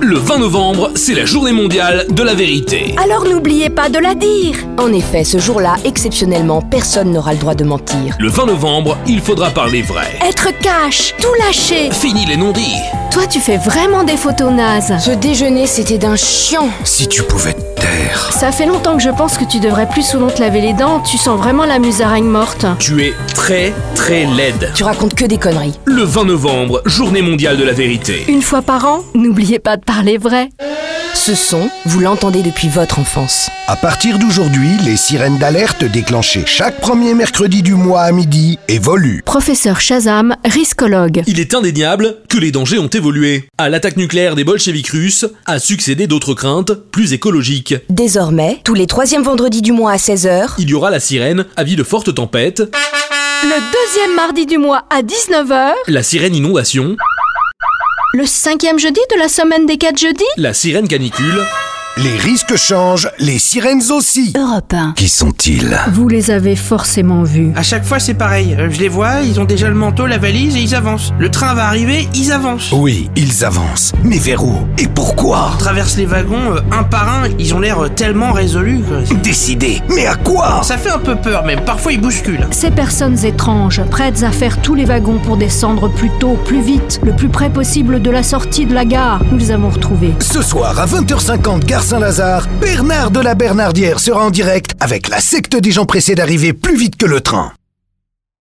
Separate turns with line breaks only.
Le 20 novembre, c'est la journée mondiale de la vérité.
Alors n'oubliez pas de la dire
En effet, ce jour-là, exceptionnellement, personne n'aura le droit de mentir.
Le 20 novembre, il faudra parler vrai.
Être cash, tout lâcher
Fini les non-dits.
Toi, tu fais vraiment des photos nazes
Ce déjeuner, c'était d'un chien.
Si tu pouvais te taire.
Ça fait longtemps que je pense que tu devrais plus souvent te laver les dents, tu sens vraiment la musaraigne morte.
Tu es très, très laide.
Tu racontes que des conneries.
Le 20 novembre, journée mondiale de la vérité.
Une fois par an, n'oubliez pas de parler vrai.
Ce son, vous l'entendez depuis votre enfance.
À partir d'aujourd'hui, les sirènes d'alerte déclenchées chaque premier mercredi du mois à midi évoluent.
Professeur Shazam, riscologue.
Il est indéniable que les dangers ont évolué. À l'attaque nucléaire des bolcheviks russes a succédé d'autres craintes plus écologiques.
Désormais, tous les troisièmes vendredis du mois à 16h,
Il y aura la sirène, avis de fortes tempêtes,
Le deuxième mardi du mois à 19h,
la sirène inondation,
le cinquième jeudi de la semaine des 4 jeudis,
la sirène canicule.
Les risques changent, les sirènes aussi.
Europe 1.
Qui sont-ils
vous les avez forcément vus.
À chaque fois, c'est pareil. Euh, Je les vois, ils ont déjà le manteau, la valise et ils avancent. Le train va arriver, ils avancent.
Oui, ils avancent. Mais vers où et pourquoi
Ils traversent les wagons euh, un par un, ils ont l'air euh, tellement résolus. que-
Décider. Mais à quoi
Ça fait un peu peur, même. Parfois, ils bousculent.
Ces personnes étranges, prêtes à faire tous les wagons pour descendre plus tôt, plus vite, le plus près possible de la sortie de la gare, nous les avons retrouvés.
Ce soir à 20h50, Gare Saint-Lazare, Bernard de la Bernardière sera en direct avec la secte des gens pressés d'arriver plus vite que le train.